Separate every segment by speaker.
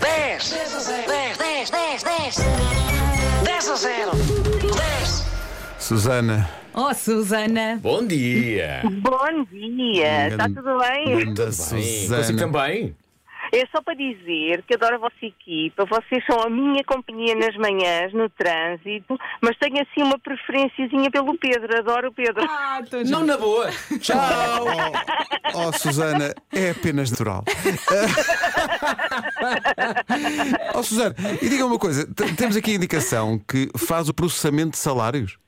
Speaker 1: 10, 10, 10, 10, 10, 10 a 0. 10.
Speaker 2: Susana,
Speaker 3: Oh, Susana.
Speaker 4: Bom dia!
Speaker 5: Bom dia, está
Speaker 2: Grande-
Speaker 5: tudo bem?
Speaker 2: grande
Speaker 4: Sim,
Speaker 2: Susana.
Speaker 4: consigo também?
Speaker 5: É só para dizer que adoro a vossa equipa, vocês são a minha companhia nas manhãs, no trânsito, mas tenho assim uma preferenciazinha pelo Pedro, adoro o Pedro.
Speaker 3: Ah, tô
Speaker 4: Não, na boa! Tchau!
Speaker 2: Oh, Susana, é apenas natural. oh, Susana, e diga uma coisa: t- temos aqui a indicação que faz o processamento de salários.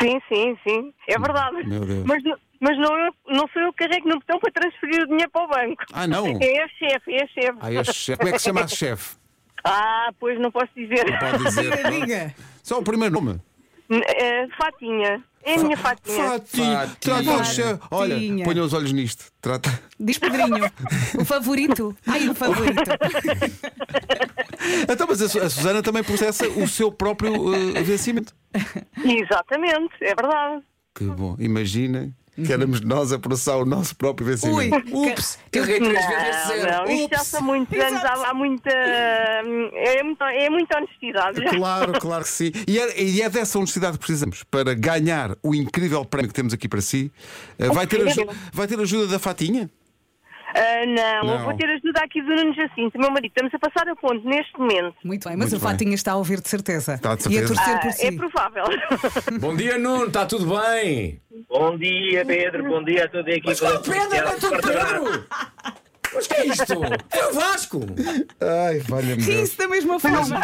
Speaker 5: Sim, sim, sim, é verdade.
Speaker 2: Meu Deus.
Speaker 5: Mas, não- mas não, eu- não sou eu que carrego no botão para transferir o dinheiro para o banco.
Speaker 2: Ah, não?
Speaker 5: É a chefe, é a chefe.
Speaker 2: Ai, é chefe. Como é que se chama a chefe?
Speaker 5: Ah, pois não posso dizer.
Speaker 2: Pode dizer.
Speaker 3: Diga, diga.
Speaker 2: Só o primeiro nome.
Speaker 5: Eh, fatinha, é a minha Fatinha.
Speaker 2: Fatinha. Trata o chefe. Olha, ponha os olhos nisto. Trata.
Speaker 3: Diz Pedrinho. O favorito. Ai, o favorito.
Speaker 2: Então, mas a Su- a Susana também processa o seu próprio eh, vencimento.
Speaker 5: Exatamente, é verdade.
Speaker 2: Que bom. Imagina que éramos nós a processar o nosso próprio vencimento.
Speaker 3: Ui,
Speaker 4: Ups! Carreguei três vezes a zero!
Speaker 5: Ah, Não, não, isto já
Speaker 4: Ups!
Speaker 5: são muitos anos, há, há muita. hum, É, muito- é muita honestidade.
Speaker 2: Claro, claro que sim. E é, e é dessa honestidade que precisamos para ganhar o incrível prémio que temos aqui para si. Eh, Vai ter, aju-
Speaker 5: sério?
Speaker 2: vai ter ajuda da Fatinha?
Speaker 5: Ah, não,
Speaker 2: Não.
Speaker 5: eu vou ter ajuda aqui do Nuno Jacinto, meu marido. Estamos a passar a ponte neste momento.
Speaker 3: Muito bem, mas
Speaker 2: Muito
Speaker 3: o Fatinha está a ouvir de certeza.
Speaker 2: Está de
Speaker 3: E a
Speaker 2: certeza.
Speaker 3: torcer
Speaker 5: Ah,
Speaker 3: por si.
Speaker 5: é provável.
Speaker 4: Bom dia, Nuno, está tudo bem?
Speaker 6: Bom dia, Pedro. Bom dia a toda a equipa.
Speaker 4: Mas qual
Speaker 6: da
Speaker 4: Pedro? Não é
Speaker 6: Comercial.
Speaker 4: tudo Pedro! Mas que é isto? É o Vasco!
Speaker 2: Ai, valha-me
Speaker 3: Ri-se da mesma forma.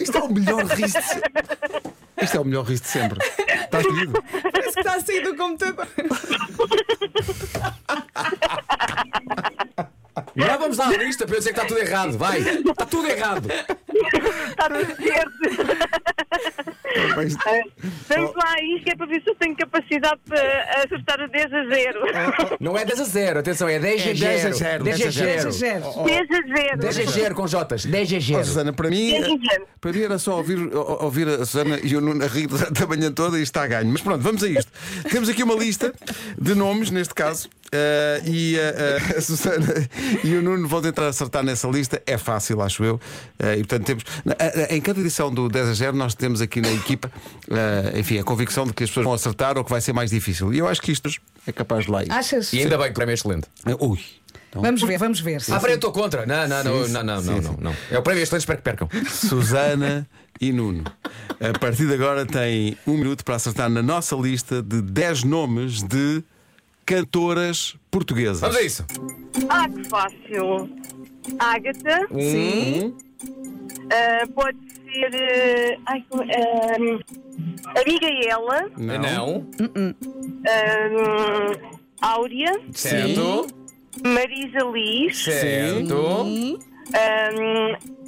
Speaker 2: Isto é o melhor riso de sempre. Isto é o melhor riso de sempre. Está lindo.
Speaker 3: Parece que está a sair do computador.
Speaker 4: Agora vamos lá à lista para eu dizer que está tudo errado, vai! Está tudo errado!
Speaker 5: Está tudo certo.
Speaker 2: Mas-
Speaker 5: Vamos lá, isto é para ver se eu tenho capacidade para acertar o 10 a 0.
Speaker 4: Não é 10 a 0, atenção, é 10
Speaker 2: É 10 a 0,
Speaker 4: 10 a
Speaker 3: 10 a
Speaker 4: 0!
Speaker 3: 0.
Speaker 5: 10 a 0.
Speaker 4: 10 a 0 com Jotas, 10 a
Speaker 2: Oh,
Speaker 4: 0!
Speaker 2: Susana, para mim,
Speaker 5: É gigante.
Speaker 2: para mim era só ouvir, o- ouvir a Susana e o Nuno a rir durante a manhã toda e está a ganho. Mas pronto, vamos a isto. Temos aqui uma lista de nomes, neste caso, eh, e eh, a Susana e o Nuno vão tentar acertar nessa lista. É fácil, acho eu. Eh, e portanto, temos. na- a- a- em cada edição do 10 a 0, nós temos aqui na equipa, eh, enfim, a convicção de que as pessoas vão acertar ou que vai ser mais difícil. E eu acho que isto é capaz de lá ir.
Speaker 3: Achas?
Speaker 4: oh. E ainda bem que o prémio é excelente.
Speaker 2: Eh, Ui.
Speaker 3: Vamos ver, vamos ver.
Speaker 4: Ah, peraí, eu estou contra. Não, não, não,
Speaker 2: Sim,
Speaker 4: não, não,
Speaker 2: sim, sim.
Speaker 4: não, não, não. É o prémio excelente, espero que percam.
Speaker 2: Susana e Nuno. A partir de agora têm um minuto para acertar na nossa lista de 10 nomes de cantoras portuguesas.
Speaker 4: Vamos a isso.
Speaker 5: Ah, que fácil. Ágata,
Speaker 3: Sim.
Speaker 5: ah, pode ser. eh, ai, como- ah, Abigaila,
Speaker 4: Não.
Speaker 5: ah, Áurea,
Speaker 4: Certo.
Speaker 5: Marisa Liz.
Speaker 4: Certo.
Speaker 5: Ahm,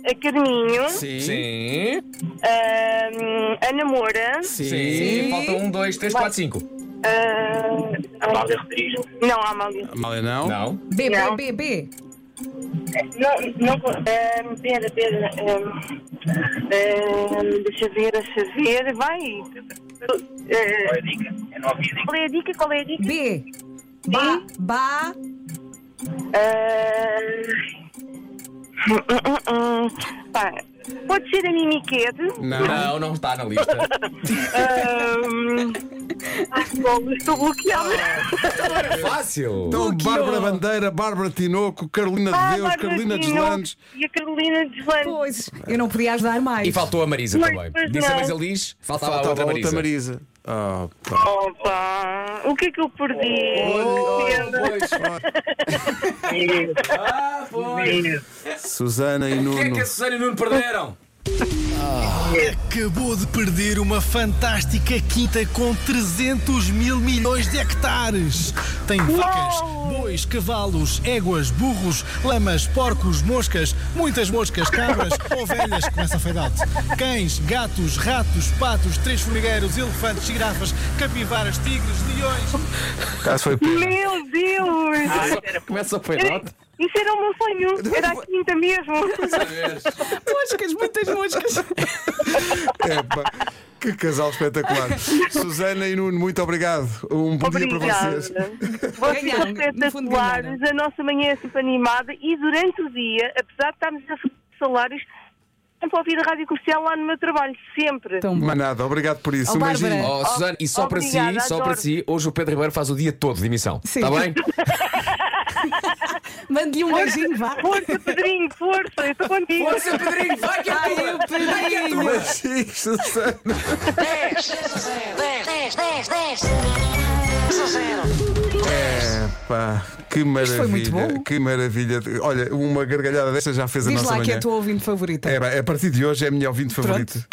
Speaker 5: a Carminho, ah,
Speaker 2: Sim.
Speaker 4: Sim.
Speaker 5: ahm, a Namora,
Speaker 4: Sim. Falta um, dois, três, quatro, cinco.
Speaker 5: ah,
Speaker 6: Cláudia Rodrigues.
Speaker 5: não, a Amália.
Speaker 2: Amália, não.
Speaker 4: Não.
Speaker 3: B, B,
Speaker 5: Não.
Speaker 3: B, B.
Speaker 5: Não, não, ah, ahm, pera, pera, ahm, ahm, ah, deixa ver, deixa ver, vai.
Speaker 6: Qual é a
Speaker 5: Ah,
Speaker 6: dica? Eu não ouvi a dica.
Speaker 5: qual é a dica? Qual é a dica?
Speaker 3: B.
Speaker 5: Ba.
Speaker 3: Ba.
Speaker 5: Ah, hum, pá, pode ser a Mimiquete.
Speaker 4: Não, não está na lista.
Speaker 5: ahm, ai, bolas, estou bloqueada.
Speaker 4: É Fácil.
Speaker 2: Então, Bárbara Bandeira, Bárbara Tinoco, Carolina de
Speaker 5: Ah,
Speaker 2: Deus,
Speaker 5: Bárbara
Speaker 2: Carolina
Speaker 5: Tinoco
Speaker 2: Deslandes.
Speaker 5: E a Carolina Deslandes.
Speaker 3: Pois, eu não podia ajudar mais.
Speaker 4: E faltou a Marisa
Speaker 5: Mas,
Speaker 4: também.
Speaker 5: mas
Speaker 4: Disse a
Speaker 5: não.
Speaker 4: Marisa Liz, faltava,
Speaker 2: Faltava
Speaker 4: a outra Marisa.
Speaker 2: Marisa. Ah, pá.
Speaker 5: Opa, o que é que eu perdi?
Speaker 4: Ah, pois.
Speaker 2: Susana e
Speaker 4: O que é
Speaker 2: Nuno.
Speaker 4: que a Susana e o Nuno perderam?
Speaker 7: Acabou de perder uma fantástica quinta com 300 mil milhões de hectares. Tem vacas, bois, cavalos, éguas, burros, lamas, porcos, moscas, muitas moscas, cabras, ovelhas, começa a fade-out, cães, gatos, ratos, patos, três formigueiros, elefantes, girafas, capivaras, tigres, leões.
Speaker 2: Caso foi
Speaker 5: Meu Deus!
Speaker 2: Ah.
Speaker 4: Começa a foi
Speaker 5: Isso era o meu sonho, era a quinta mesmo.
Speaker 3: Moscas, muitas moscas.
Speaker 2: Epá, que Que casal espetacular. Susana e Nuno, muito obrigado. Um bom dia para
Speaker 5: Obrigada.
Speaker 2: vocês.
Speaker 5: Vocês são
Speaker 3: Ganharam, no fundo
Speaker 5: espetaculares, a nossa manhã é sempre animada e durante o dia, apesar de estarmos a fazer salários, sempre ouvi a rádio comercial lá no meu trabalho, sempre.
Speaker 3: Tão bom.
Speaker 2: Mas nada, obrigado por isso.
Speaker 3: Oh,
Speaker 2: um
Speaker 3: Bárbara.
Speaker 2: beijinho.
Speaker 4: Oh, Suzana, e só para
Speaker 5: obrigada,
Speaker 4: si, só
Speaker 5: adoro.
Speaker 4: para si, hoje o Pedro Ribeiro faz o dia todo de emissão.
Speaker 3: Sim.
Speaker 4: Está bem?
Speaker 3: Mande-lhe um beijinho, vá.
Speaker 5: Força, Pedrinho, força, eu estou contigo.
Speaker 4: Força, Pedrinho, vai que é
Speaker 3: Ai,
Speaker 4: tua!
Speaker 3: o Pedrinho.
Speaker 2: Beijinho, Susana.
Speaker 1: 10 10 10 10
Speaker 2: Pá, que maravilha.
Speaker 3: foi muito bom.
Speaker 2: Que maravilha. Olha, uma gargalhada desta já fez a
Speaker 3: Diz
Speaker 2: nossa
Speaker 3: lá é
Speaker 2: manhã.
Speaker 3: que
Speaker 4: É,
Speaker 3: é a tua ouvinte favorita.
Speaker 2: É, pá, a partir de hoje é a minha ouvinte favorita.